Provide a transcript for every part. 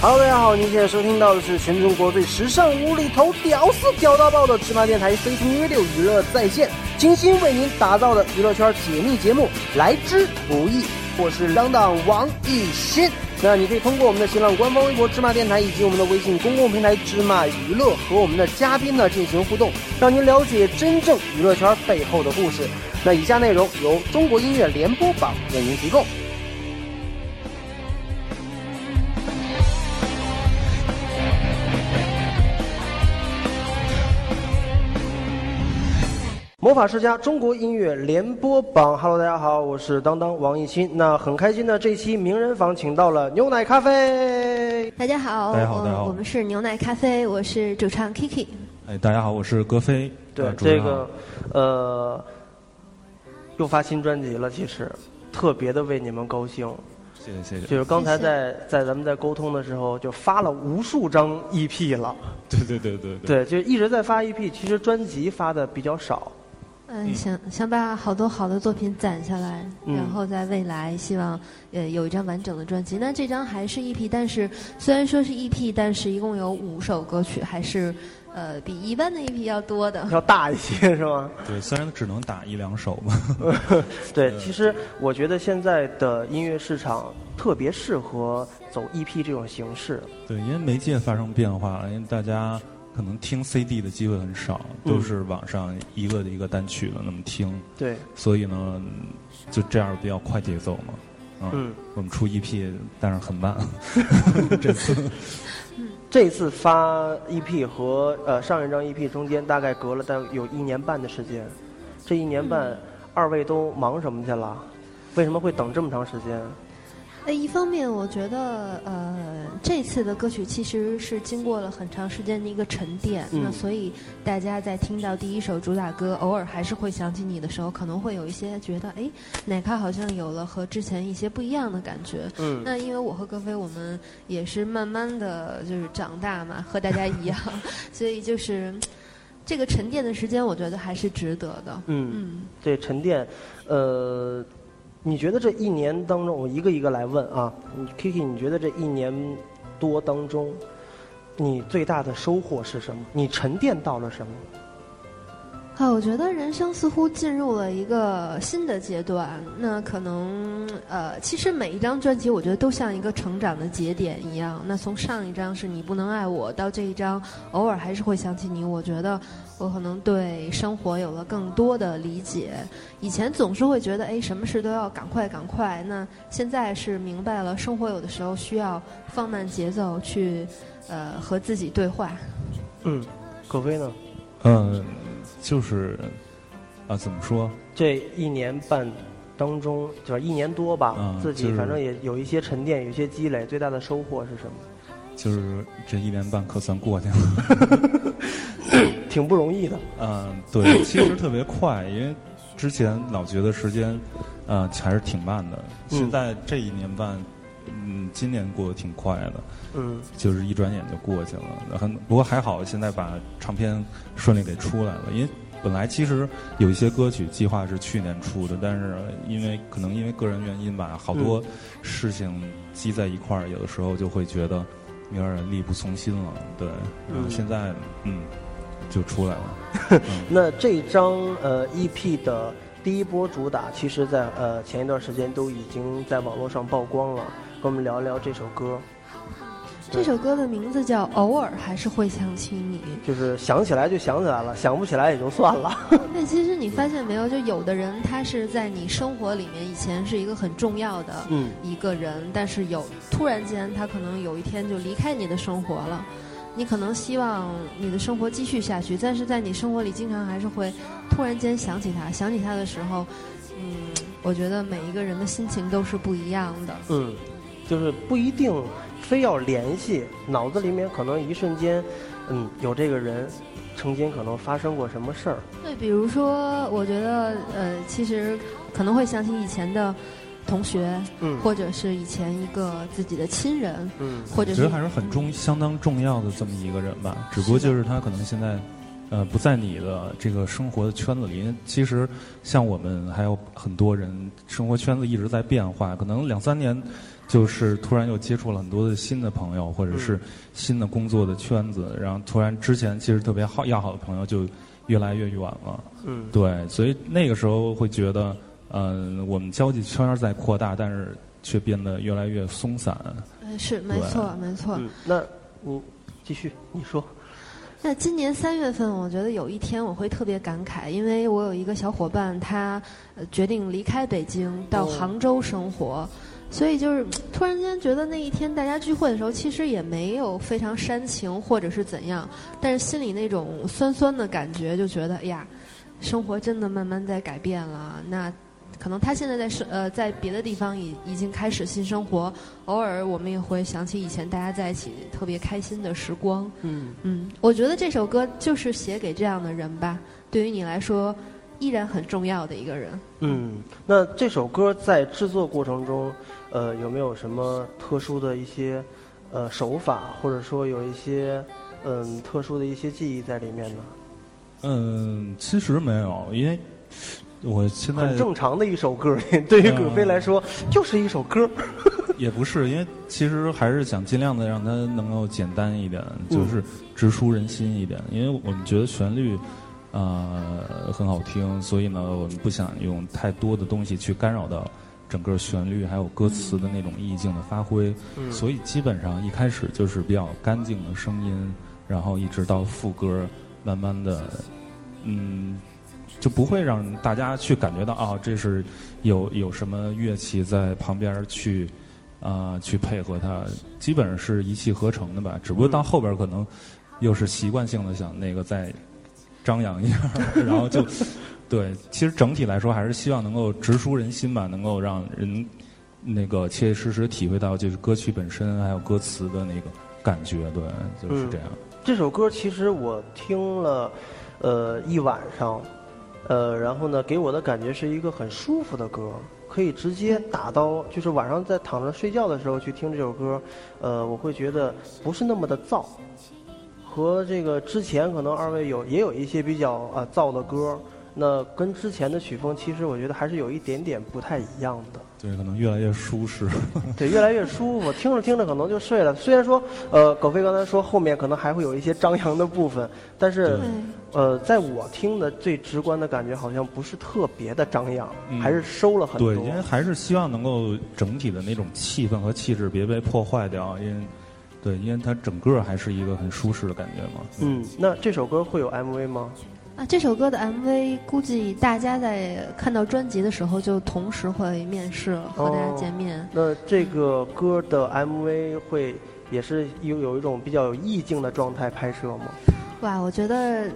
Hello，大家好，您现在收听到的是全中国最时尚、无厘头、屌丝、屌到爆的芝麻电台飞听音乐六娱乐在线，精心为您打造的娱乐圈解密节目《来之不易》，我是当当王艺新。那你可以通过我们的新浪官方微博“芝麻电台”以及我们的微信公共平台“芝麻娱乐”和我们的嘉宾呢进行互动，让您了解真正娱乐圈背后的故事。那以下内容由中国音乐联播榜为您提供。魔法世家中国音乐联播榜，Hello，大家好，我是当当王艺昕。那很开心呢，这期名人坊请到了牛奶咖啊啡。大家好，大家好大家好我我们是牛奶咖啡，我是主唱 Kiki。哎，大家好，我是格飞。对呃，主持这人好个，呃，又发新专辑了，其实特别的为你们高兴。谢谢谢谢。就是刚才谢谢在在咱们在沟通的时候，就发了无数张 EP 了。对 对对对对，对。就一直在发 EP，其实专辑发的比较少。 嗯，想想把好多好的作品攒下来，嗯然后在未来希望呃有一张完整的专辑。那这张还是 EP，但是虽然说是 EP，但是一共有五首歌曲，还是呃比一般的 EP 要多的。要大一些是吗？对，虽然只能打一两首吧。对，其实我觉得现在的音乐市场特别适合走 EP 这种形式。对，因为媒介发生变化了，因为大家可能听 CD 的机会很少，嗯都是网上一个一个单曲的那么听，对，所以呢，就这样比较快节奏嘛。啊嗯，我们出 E EP，但是很慢。 这次发 EP 和呃上一张 EP 中间大概隔了但有一年半的时间，这一年半、二位都忙什么去了？为什么会等这么长时间？呃，一方面我觉得呃这次的歌曲其实是经过了很长时间的一个沉淀，嗯那所以大家在听到第一首主打歌，偶尔还是会想起你的时候，可能会有一些觉得，哎，奶咖好像有了和之前一些不一样的感觉。嗯，那因为我和格飞，我们也是慢慢的就是长大嘛，和大家 一样，所以就是嗯这个沉淀的时间，我觉得还是值得的。嗯，嗯，对，沉淀，呃，你觉得这一年当中，我一个一个来问啊，你 Kiki，你觉得这一年多当中，你最大的收获是什么？你沉淀到了什么？啊，我觉得人生似乎进入了一个新的阶段。那可能呃，其实每一张专辑，我觉得都像一个成长的节点一样。那从上一张是你不能爱我，到这一张偶尔还是会想起你。我觉得我可能对生活有了更多的理解。以前总是会觉得，哎，什么事都要赶快赶快。那现在是明白了，生活有的时候需要放慢节奏去呃和自己对话。嗯，葛飞呢？嗯，就是啊，怎么说？这一年半当中，就是一年多吧，嗯自己就是反正也有一些沉淀，有一些积累，最大的收获是什么？就是这一年半可算过去了。挺不容易的。嗯， 对，其实特别快，因为之前老觉得时间，呃，还是挺慢的。嗯现在这一年半，嗯，今年过得挺快的，嗯就是一转眼就过去了。然后，不过还好，现在把唱片顺利给出来了，因为。本来其实有一些歌曲计划是去年出的，但是因为可能因为个人原因吧，好嗯多事情积在一块儿，有的时候就会觉得嗯有点力不从心了。对，然嗯后现在嗯就出来了。那这张呃 EP 的第一波主打，其实在呃前一段时间都已经在网络上曝光了，跟我们聊聊这首歌，这首歌的名字叫《偶尔还是会想起你就是想起来就想起来了，想不起来也就算了。》。但其实你发现没有，就有的人他是在你生活里面以前是一个很重要的嗯一个人，但是有突然间他可能有一天就离开你的生活了。你可能希望你的生活继续下去，但是在你生活里经常还是会突然间想起他。想起他的时候，嗯，我觉得每一个人的心情都是不一样的。嗯，就是不一定非要联系，脑子里面可能一瞬间，嗯，有这个人，曾经可能发生过什么事儿。对，比如说，我觉得呃，其实可能会想起以前的同学，嗯或者是以前一个自己的亲人，嗯或者我是觉得还是很重、相当重要的这么一个人吧。只不过就是他可能现在，呃，不在你的这个生活的圈子里。因为其实像我们还有很多人，生活圈子一直在变化，可能两三年就是突然又接触了很多的新的朋友，或者嗯是新的工作的圈子，然后突然之前其实特别好要好的朋友就越来越远了。嗯，对，所以那个时候会觉得，嗯、我们交际圈儿在扩大，但是却变得越来越松散。呃是没对错没错。嗯，那你继续，你说，那今年三月份，我觉得有一天我会特别感慨，因为我有一个小伙伴，他呃决定离开北京到哦杭州生活，所以就是嗯突然间觉得那一天大家聚会的时候，其实也没有非常煽情或者是怎样，但是心里那种酸酸的感觉，就觉得哎呀，生活真的慢慢在改变了。那可能他现在在是呃在别的地方已已经开始新生活，偶尔我们也会想起以前大家在一起特别开心的时光。嗯，嗯，我觉得这首歌就是写给这样的人吧。对于你来说，依然很重要的一个人。嗯，那这首歌在制作过程中，呃，有没有什么特殊的一些呃手法，或者说有一些嗯特殊的一些技艺在里面呢？嗯，其实没有，因为我现在很正常的一首歌， 对于葛飞来说就是一首歌。也不是，因为其实还是想尽量的让它能够简单一点，嗯就是直抒人心一点。因为我们觉得旋律，呃，很好听，所以呢，我们不想用太多的东西去干扰到整个旋律还有歌词的那种意境的发挥。嗯所以基本上一开始就是比较干净的声音，然后一直到副歌，慢慢的，嗯，就不会让大家去感觉到啊，这是有有什么乐器在旁边去啊、去配合它，基本上是一气呵成的吧。只不过到后边可能又是习惯性的想那个再张扬一下，然后就对，其实整体来说还是希望能够直抒人心吧，能够让人那个切切实实体会到就是歌曲本身还有歌词的那个感觉，对，就是嗯这样。这首歌其实我听了，呃，一晚上，呃，然后呢，给我的感觉是一个很舒服的歌，可以直接打到，就是晚上在躺着睡觉的时候去听这首歌，呃，我会觉得不是那么的燥，和这个之前可能二位有也有一些比较啊、呃燥的歌，那跟之前的曲风其实我觉得还是有一点点不太一样的。对，可能越来越舒适。对，越来越舒服，听着听着可能就睡了。虽然说，呃，葛飞刚才说后面可能还会有一些张扬的部分，但是对，呃，在我听的最直观的感觉好像不是特别的张扬，嗯还是收了很多。对，因为还是希望能够整体的那种气氛和气质别被破坏掉，因为对，因为它整个还是一个很舒适的感觉嘛。嗯，那这首歌会有 MV 吗？啊，这首歌的 MV 估计大家在看到专辑的时候，就同时会面试了，哦和大家见面。那这个歌的 MV 会也是有有一种比较有意境的状态拍摄吗？哇，我觉得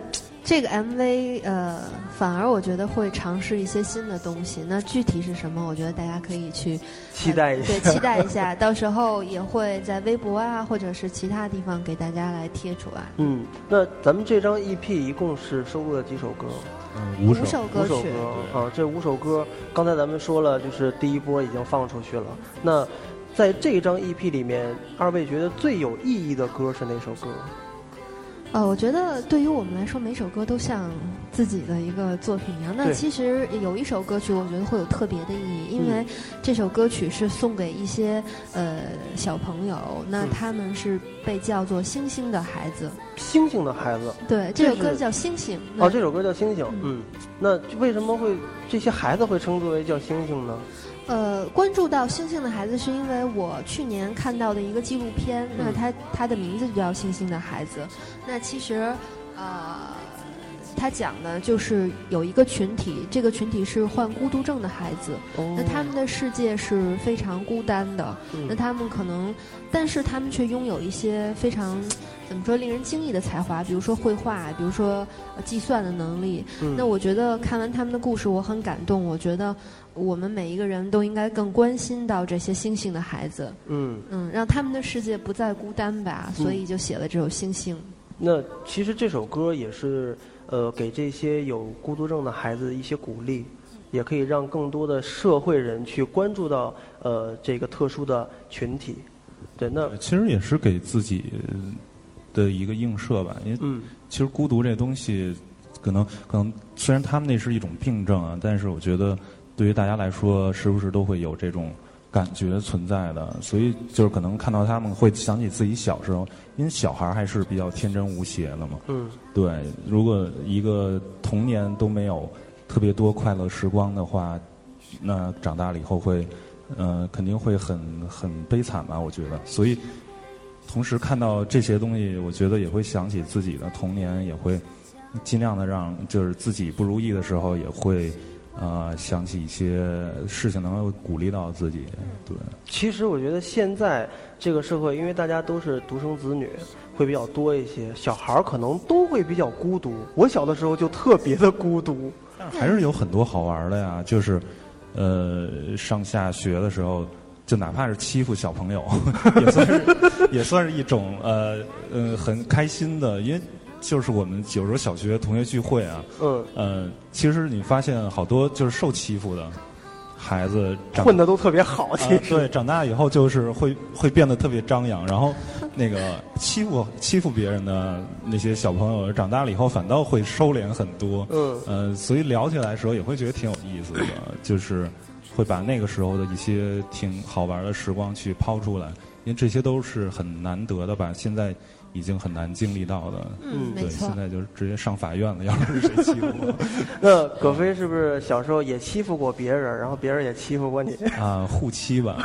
这个 MV 呃，反而我觉得会尝试一些新的东西。那具体是什么？我觉得大家可以去 期待一下。对，期待一下， 到时候也会在微博啊，或者是其他地方给大家来贴啊出来。嗯，那咱们这张 EP 一共是收录了几首歌？嗯，五首五歌首歌曲，啊，这五首歌，刚才咱们说了，就是第一波已经放出去了。那在这张 EP 里面，二位觉得最有意义的歌是哪首歌？呃，我觉得对于我们来说，每首歌都像自己的一个作品一样。那对其实有一首歌曲，我觉得会有特别的意义，因嗯为这首歌曲是送给一些呃小朋友，那嗯他们是被叫做“星星”的孩子。星星的孩子。对，这首这歌是叫《星星》。那哦，这首歌叫《星星》。嗯，那为什么会这些孩子会称之为叫星星呢？呃，关注到星星的孩子，是因为我去年看到的一个纪录片，那嗯它它的名字就叫《星星的孩子》。那其实，呃，它讲的就是有一个群体，这个群体是患孤独症的孩子，哦那他们的世界是非常孤单的，那嗯他们可能，但是他们却拥有一些非常。怎么说令人惊异的才华，比如说绘画，比如说呃计算的能力，嗯那我觉得看完他们的故事，我很感动。我觉得我们每一个人都应该更关心到这些星星的孩子，嗯，嗯，让他们的世界不再孤单吧。所以就写了这首《星星》。那其实这首歌也是呃给这些有孤独症的孩子一些鼓励。也可以让更多的社会人去关注到呃这个特殊的群体，对，那对其实也是给自己的一个映射吧，因为嗯其实孤独这东西，可能可能虽然他们那是一种病症啊，但是我觉得对于大家来说，时不时都会有这种感觉存在的，所以就是可能看到他们会想起自己小时候，因为小孩还是比较天真无邪的嘛。嗯，对，如果一个童年都没有特别多快乐时光的话，那长大了以后会，呃，肯定会很很悲惨吧？我觉得，所以同时看到这些东西，我觉得也会想起自己的童年，也会尽量的让就是自己不如意的时候，也会呃想起一些事情能够鼓励到自己。对，其实我觉得现在这个社会，因为大家都是独生子女，会比较多一些，小孩儿可能都会比较孤独。我小的时候就特别的孤独，还是有很多好玩的呀，就是呃上下学的时候。就哪怕是欺负小朋友，也算是 也算是一种呃呃很开心的，因为就是我们有时候小学同学聚会啊，嗯，呃，其实你发现好多就是受欺负的孩子长混的都特别好， 啊其实。对，长大以后就是会会变得特别张扬，然后那个欺负欺负别人的那些小朋友，长大了以后反倒会收敛很多。嗯呃，所以聊起来的时候也会觉得挺有意思的，就是会把那个时候的一些挺好玩的时光去抛出来，因为这些都是很难得的吧，现在已经很难经历到的。嗯，没对，错现。在就是直接上法院了，要 是谁欺负我。那葛飞是不是小时候也欺负过别人，然后别人也欺负过你？ 啊，护妻吧，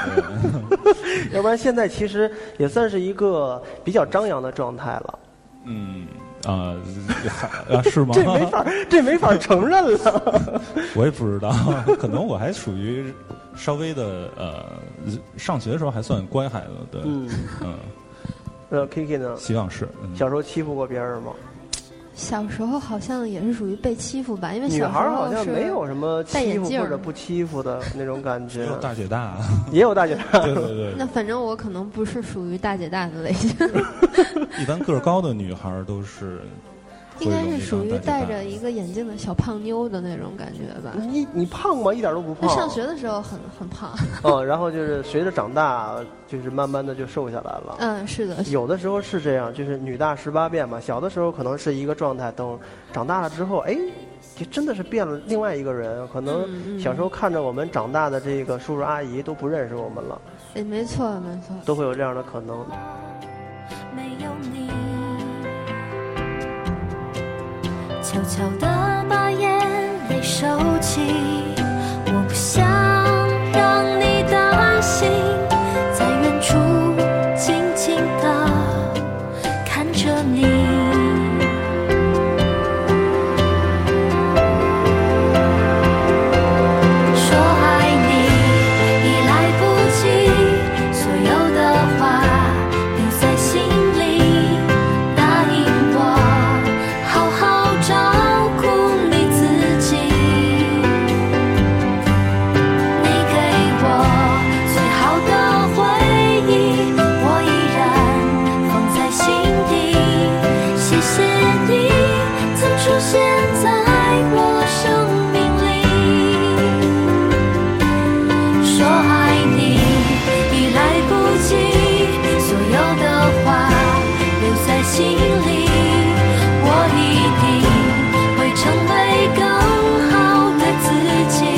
要不然现在其实也算是一个比较张扬的状态了， 嗯啊、 还啊是吗？ 这没法，这没法承认了。我也不知道， 可能我还属于稍微的呃，上学的时候还算乖孩子，对，嗯 嗯，呃，Kiki 呢？希望是，嗯、小时候欺负过别人吗？小时候好像也是属于被欺负吧，因为女小时孩儿好候像是没有什么戴欺眼负镜儿或者不欺负的那种感觉，有大姐大， 也有大姐大。对对那反正我可能不是属于大姐大的类型， 对，一般个儿高的女孩儿都是会应该容易是属于让大戴姐大着一个眼镜的小胖妞的那种感觉吧。你你胖吗？一点都不那胖。上学的时候很很胖，嗯，然后就是随着长大，就是慢慢的就瘦下来了。嗯，是的，是有的时候是这样，就是女大十八变嘛。小的时候可能是一个状态，等长大了之后，哎，就真的是变了另外一个人。可嗯能嗯小时候看着我们长大的这个叔叔阿姨都不认识我们了，哎，没错没错。都会有这样的可能。没有你，悄悄地把眼泪收起，我不想让你担心，在远处静静地看着你。说爱你已来不及，所有的话留在心里。答应我，好好照顾你自己。你给我最好的回忆，我依然放在心底。谢谢你曾出现在我生命里。说爱你已来不及，所有的话留在心里，我一定会成为更好的自己。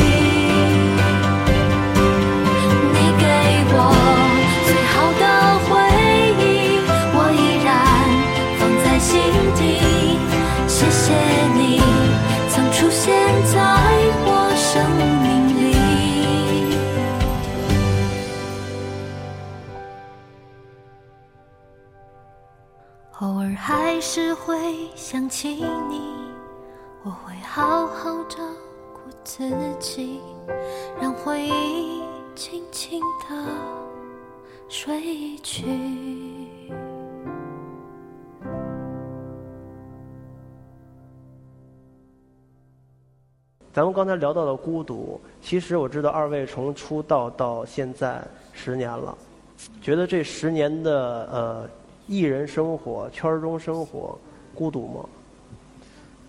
你给我最好的回忆，我依然放在心底。谢谢你曾出现在我生命里。偶尔还是会想起你，我会好好照顾自己，让回忆轻轻地睡去。咱们刚才聊到了孤独，其实我知道二位从出道到现在十年了，觉得这十年的呃艺人生活、圈儿中生活孤独吗？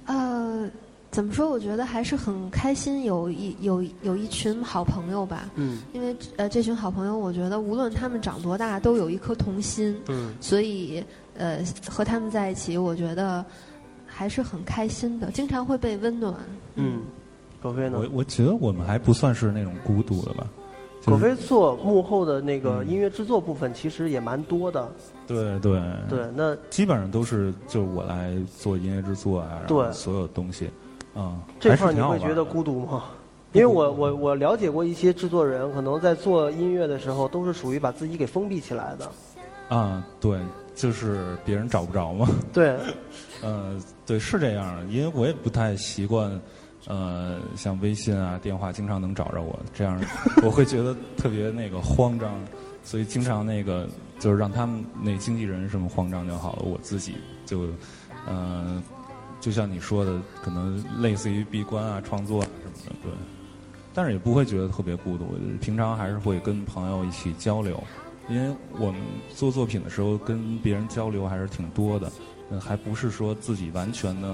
呃，怎么说？我觉得还是很开心，有一有有一群好朋友吧。嗯因为呃，这群好朋友，我觉得无论他们长多大，都有一颗童心，嗯，所以呃，和他们在一起，我觉得还是很开心的，经常会被温暖。嗯，葛飞呢我？我觉得我们还不算是那种孤独的吧，嗯就是果菲做幕后的那个音乐制作部分，其实也蛮多的。对对，对，那基本上都是就是我来做音乐制作啊，然对后所有东西，嗯，这还是块儿你挺好会玩觉的得孤独 吗？因为我我我了解过一些制作人，可能在做音乐的时候都是属于把自己给封闭起来的。啊、对，就是别人找不着嘛，对，呃，对，是这样，因为我也不太习惯，呃，像微信啊、电话经常能找着我，这样我会觉得特别那个慌张，所以经常那个就是让他们那经纪人什么慌张就好了，我自己就，呃，就像你说的，可能类似于闭关啊、创作啊什么的，对。但是也不会觉得特别孤独，平常还是会跟朋友一起交流，因为我们做作品的时候跟别人交流还是挺多的，嗯，还不是说自己完全的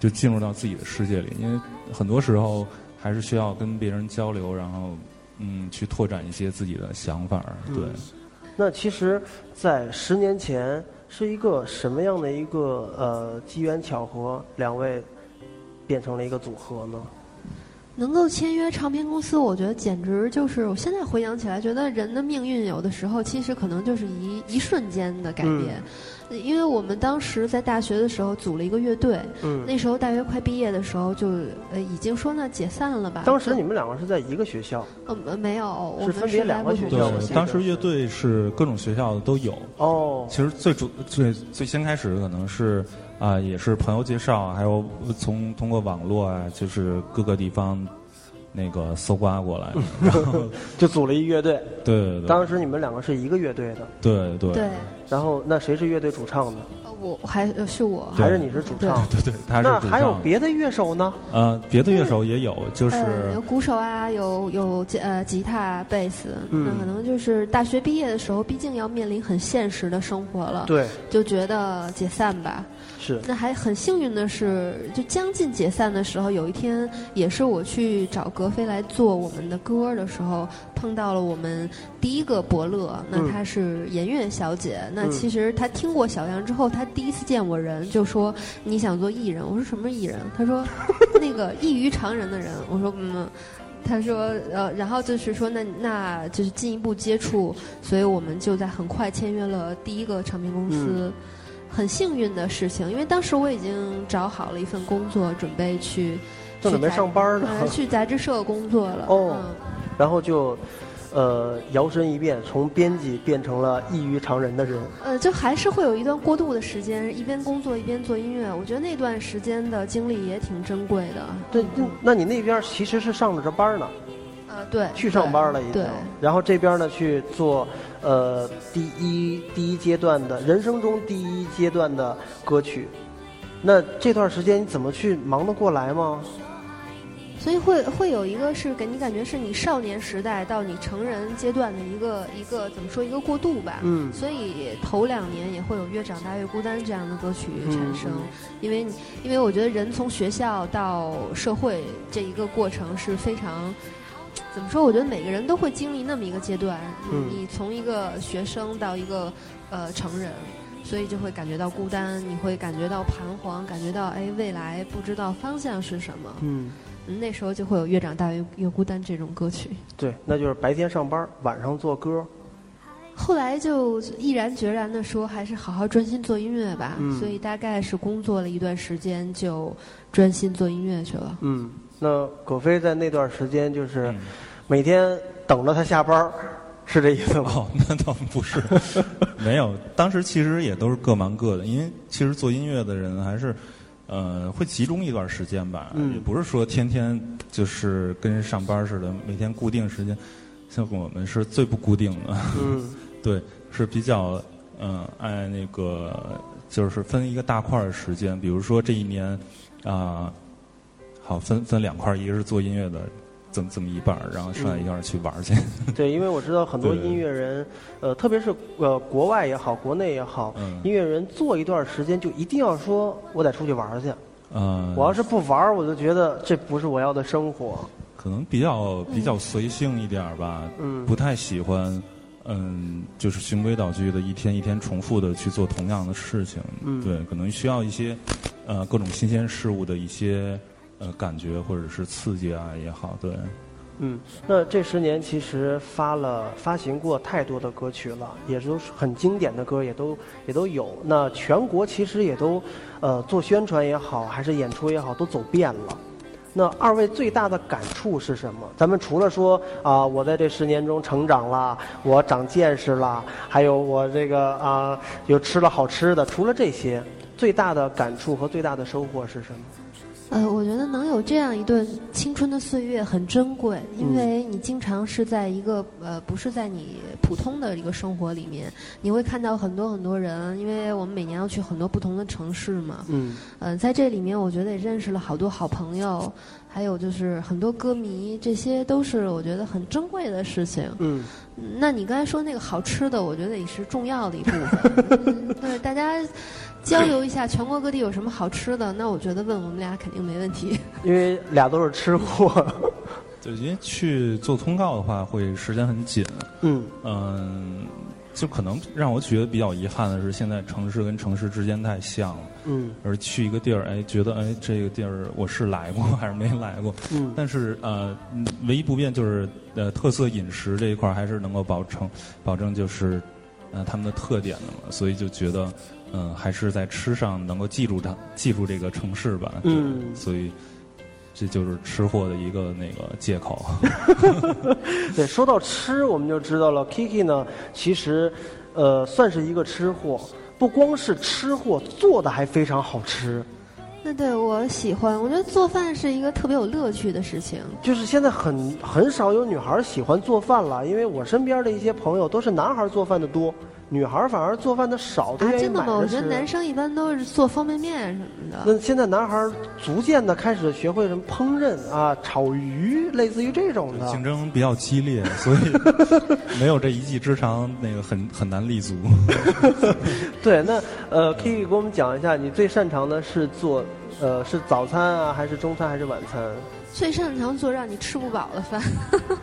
就进入到自己的世界里，因为很多时候还是需要跟别人交流，然后嗯，去拓展一些自己的想法儿，对。嗯那其实，在十年前是一个什么样的一个呃机缘巧合，两位变成了一个组合呢？能够签约唱片公司，我觉得简直就是我现在回想起来，觉得人的命运有的时候其实可能就是一一瞬间的改变。因为我们当时在大学的时候组了一个乐队，嗯，那时候大约快毕业的时候就呃已经说那解散了吧。当时你们两个是在一个学校，呃没没有，我分们别是两在个不学同校的我记对，得学当时乐队是各种学校的都有。哦，其实最主最最先开始可能是啊、也是朋友介绍啊，还有呃从通过网络啊，就是各个地方那个搜刮 过来的。然后就组了一乐队。对对对，当时你们两个是一个乐队的，对对对，然后那谁是乐队主唱呢？呃我还呃是我对还是你是主唱？对对，他是那主还有唱别嗯的乐手呢？呃别的乐手也有，就是、呃，有鼓手啊，有有呃吉他、贝斯，嗯那可能就是大学毕业的时候，毕竟要面临很现实的生活了，对，就觉得解散吧。是那还很幸运的是，就将近解散的时候，有一天也是我去找格飞来做我们的歌的时候，碰到了我们第一个伯乐，那嗯她是颜悦小姐。那嗯其实她听过小杨之后，她第一次见我人就说你想做艺人，我说什么艺人？她 说那个异于常人的人。我说嗯。她说，呃，然后就是说那，那就是进一步接触，所以我们就在很快签约了第一个唱片公司。嗯很幸运的事情，因为当时我已经找好了一份工作，准备去正准备上班呢，呃去杂志社工作了。哦嗯然后就，呃，摇身一变，从编辑变成了异于常人的人。呃，就还是会有一段过渡的时间，一边工作一边做音乐。我觉得那段时间的经历也挺珍贵的。对，那那你那边其实是上着这班呢，呃，对，去上班了已经对。。然后这边呢去做，呃，第一第一阶段的人生中第一阶段的歌曲。那这段时间你怎么去忙得过来吗？所以会会有一个是给你感觉是你少年时代到你成人阶段的一个一个怎么说一个过渡吧。嗯所以头两年也会有《越长大越孤单》这样的歌曲产生，嗯嗯因为你因为我觉得人从学校到社会这一个过程是非常。怎么说？我觉得每个人都会经历那么一个阶段，嗯你从一个学生到一个呃成人，所以就会感觉到孤单，你会感觉到彷徨，感觉到哎未来不知道方向是什么。嗯，嗯那时候就会有《越长大越越孤单》这种歌曲。对，那就是白天上班，晚上做歌。后来就毅然决然的说，还是好好专心做音乐吧。嗯所以大概是工作了一段时间，就专心做音乐去了。嗯，那葛飞在那段时间就是嗯每天等着他下班儿，是这意思吗？ 哦，那倒不是，没有。当时其实也都是各忙各的，因为其实做音乐的人还是，呃，会集中一段时间吧，嗯也不是说天天就是跟上班似的，每天固定时间。像我们是最不固定的， 嗯对，是比较，嗯、按那个就是分一个大块儿的时间，比如说这一年，啊、好分分两块儿，一个是做音乐的，这么这么一半儿，然后剩下一半儿去玩儿去， 对，因为我知道很多对音乐人，呃，特别是呃国外也好，国内也好，嗯音乐人做一段时间就一定要说，我得出去玩儿去。嗯、我要是不玩儿，我就觉得这不是我要的生活。可能比较比较随性一点儿吧，嗯不太喜欢，嗯，就是循规蹈矩的一天一天重复的去做同样的事情，嗯对，可能需要一些，呃，各种新鲜事物的一些呃感觉或者是刺激啊也好，对，嗯，那这十年其实发了发行过太多的歌曲了，也都是很经典的歌，也都也都有。那全国其实也都，呃，做宣传也好，还是演出也好，都走遍了。那二位最大的感触是什么？咱们除了说啊、我在这十年中成长啦，我长见识啦，还有我这个啊、有吃了好吃的，除了这些，最大的感触和最大的收获是什么？呃，我觉得能有这样一段青春的岁月很珍贵，因嗯为你经常是在一个呃，不是在你普通的一个生活里面，你会看到很多很多人，因为我们每年要去很多不同的城市嘛，嗯呃，在这里面我觉得也认识了好多好朋友，还有就是很多歌迷，这些都是我觉得很珍贵的事情。嗯那你刚才说那个好吃的，我觉得也是重要的一部分。 嗯对，大家交流一下全国各地有什么好吃的，那我觉得问我们俩肯定没问题。因为俩都是吃货。 就因为去做通告的话，会时间很紧。嗯嗯，就可能让我觉得比较遗憾的是，现在城市跟城市之间太像了。嗯而去一个地儿，哎，觉得哎，这个地儿我是来过 还是没来过？嗯但是呃，嗯唯一不变就是呃，特色饮食这一块儿还是能够保证，保证就是呃他们的特点的嘛，所以就觉得嗯、还是在吃上能够记住它，记住这个城市吧。对嗯所以这就是吃货的一个那个 借口。对，说到吃，我们就知道了，Kiki 呢，其实，呃，算是一个吃货，不光是吃货，做的还非常好吃。 那对我喜欢，我觉得做饭是一个特别有乐趣的事情。就是现在很很少有女孩喜欢做饭了，因为我身边的一些朋友都是男孩做饭的多，女孩反而做饭的少，都啊，愿意真的买吗？我着觉得男吃。生一般都是做方便面什么的。那现在男孩逐渐的开始学会什么烹饪啊、炒鱼，类似于这种的。竞争比较激烈，所以没有这一技之长，那个很很难立足。对，那呃，Kiki 给我们讲一下，你最擅长的是做呃是早餐啊，还是中餐，还是晚餐？最擅长做让你吃不饱的饭，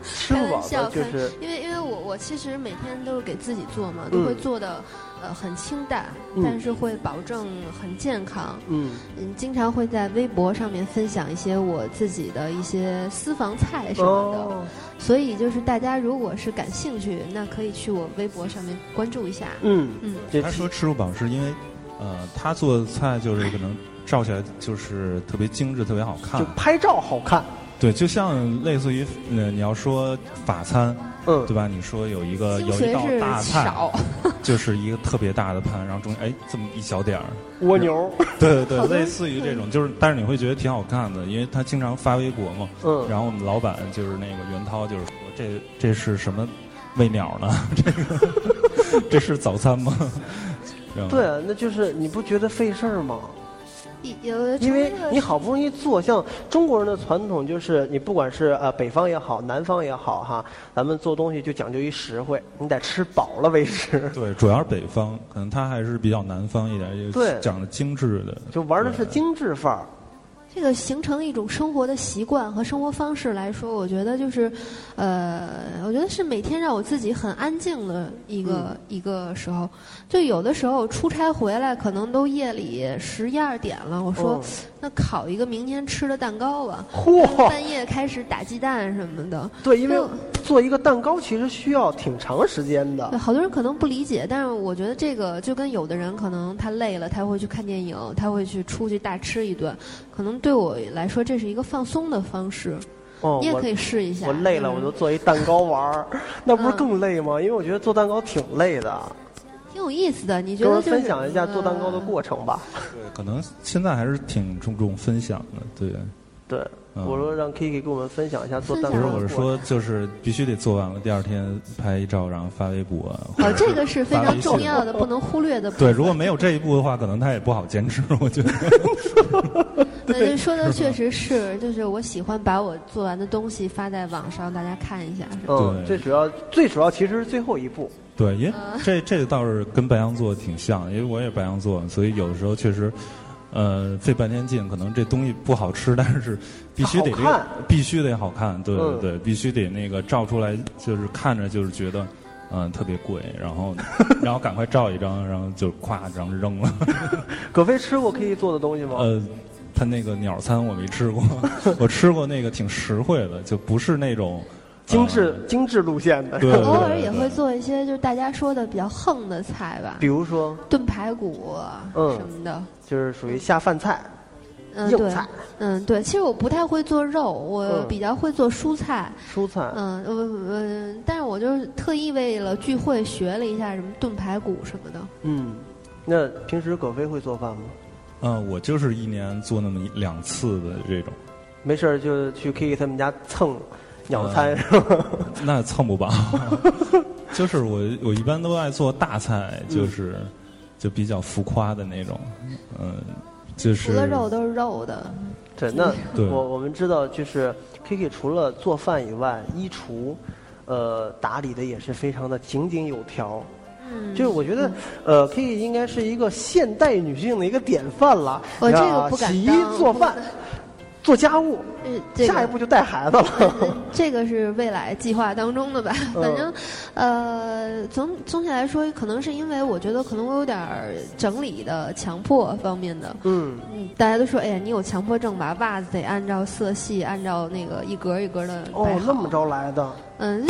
吃不饱的就是因为因为我我其实每天都是给自己做嘛，都嗯会做的呃很清淡，嗯但是会保证很健康。嗯嗯，经常会在微博上面分享一些我自己的一些私房菜什么的，所以就是大家如果是感兴趣，那可以去我微博上面关注一下。嗯，嗯，这他说吃不饱是因为，呃，他做的菜就是可能照起来就是特别精致，特别好看就。拍照好看，对，就像类似于，呃，你要说法餐，嗯对吧？你说有一个精呃有一髓道是大菜，少，就是一个特别大的盘，然后中间哎这么一小 点儿，蜗牛，对对好对，多类似于这种，就是但是你会觉得挺好看的，因为他经常发微博嘛。嗯，然后我们老板就是那个袁涛，就是说这这是什么喂鸟呢？ 这个这是早餐吗？ 然后对，啊那就是你不觉得费事儿吗？一有因为成了你好不容易做，像中国人的传统就是，你不管是呃北方也好，南方也好哈，咱们做东西就讲究一实惠，你得吃饱了为止， 对，主要是北方，可能他还是比较南方一点，也对讲的精致的，就玩的是对精致范儿。这个形成一种生活的习惯和生活方式来说，我觉得就是，呃，我觉得是每天让我自己很安静的一个、一个时候。就有的时候出差回来，可能都夜里十一二点了，我说、嗯那烤一个明天吃的蛋糕吧，嚯，半夜开始打鸡蛋什么的。对，因为就做一个蛋糕其实需要挺长时间的对，。好多人可能不理解，但是我觉得这个就跟有的人可能他累了，他会去看电影，他会去出去大吃一顿，可能对我来说这是一个放松的方式。哦，你也我可以试一下。我累了，嗯我就做一蛋糕玩 儿，那不是嗯更累吗？因为我觉得做蛋糕挺累的。啊挺有意思的。你觉跟我们得就是嗯分享一下做蛋糕的过程吧。对可能现在还是挺注重分享的，对。对，嗯我说让 Kiki 给我们分享一下做蛋糕不是，的我过是程。嗯说，就是必须得做完了，第二天拍一照，然后发微博。 呃。哦，这个是非发常 微信重要的，不能忽略的部分。对，如果没有这一步的话，可能他也不好坚持。我觉得，对，就呃说的确实是，就是我喜欢把我做完的东西发在网上，大家看一下。嗯，对最主要最主要其实是最后一步。对，因为嗯这这倒是跟白羊座挺像，因为我也白羊座，所以有时候确实，呃，费半天劲，可能这东西不好吃，但是必须得这好看个必须得好看，对嗯对对，必须得那个照出来，就是看着就是觉得。嗯，特别贵，然 后，然后赶快照一张，然后就咵，然后扔了。葛飞吃过 Kiki 做的东西吗？呃，他那个鸟餐我没吃过， 我吃过那个挺实惠的，就不是那种精致、精致路线的呃。对， 偶尔对也对会做一些就是大家说的比较横的菜吧比，如说，炖排骨嗯什么的。就是属于下饭菜、嗯，硬对，菜、嗯，对，其实我不太会做肉，我嗯比较会做蔬菜，蔬菜。嗯，呃呃，但是我就是特意为了聚会学了一下什么炖排骨什么的。嗯，那平时葛飞会做饭吗？嗯、我就是一年做那么一两次的这种，没事儿就去 Kiki 他们家蹭鸟餐嗯是吧？那蹭不饱。就是我我一般都爱做大菜，就是、就比较浮夸的那种，嗯、就是除了肉都是肉的，对，那对我我们知道，就是 Kiki 除了做饭以外，衣橱，呃，打理的也是非常的井井有条。嗯，就是我觉得，呃，Kiki 应该是一个现代女性的一个典范了。我你哦这看啊个不敢洗衣当做饭， 做家务，呃这下一个步就带孩子了。这个是未来计划当中的吧。嗯反正，呃，总总体来说，可能是因为我觉得可能我有点儿整理的强迫方面的。嗯，嗯，大家都说，哎呀，你有强迫症吧？袜子得按照色系，按照那个一格一格的哦摆，好。那么着来的。嗯，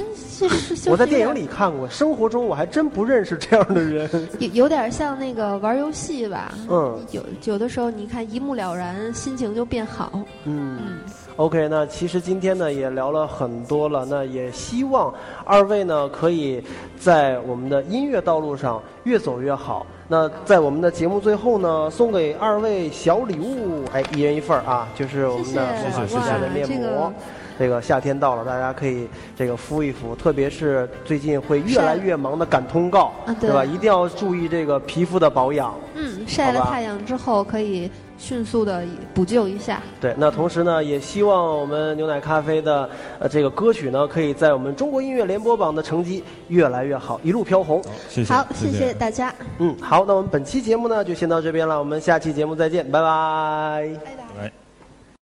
这是就是我在有电影点里看过，生活中我还真不认识这样的人。有有点像那个玩游戏吧。嗯有有的时候，你看一目了然，心情就变好。嗯嗯。 OK，那其实今天呢也聊了很多了，那也希望二位呢可以在我们的音乐道路上越走越好。那在我们的节目最后呢，送给二位小礼物，哎，一人一份儿啊，就是我们的谢谢魔法世哇家的面这膜个。这个夏天到了，大家可以这个敷一敷，特别是最近会越来越忙的赶通告，啊对对吧？一定要注意这个皮肤的保养。嗯，晒了好吧太阳之后，可以迅速的补救一下。对，那同时呢，也希望我们牛奶咖啡的呃这个歌曲呢，可以在我们中国音乐联播榜的成绩越来越好，一路飘红。好，谢谢，好，谢谢大家，嗯，好，那我们本期节目呢就先到这边了，我们下期节目再见，拜拜。拜拜。来。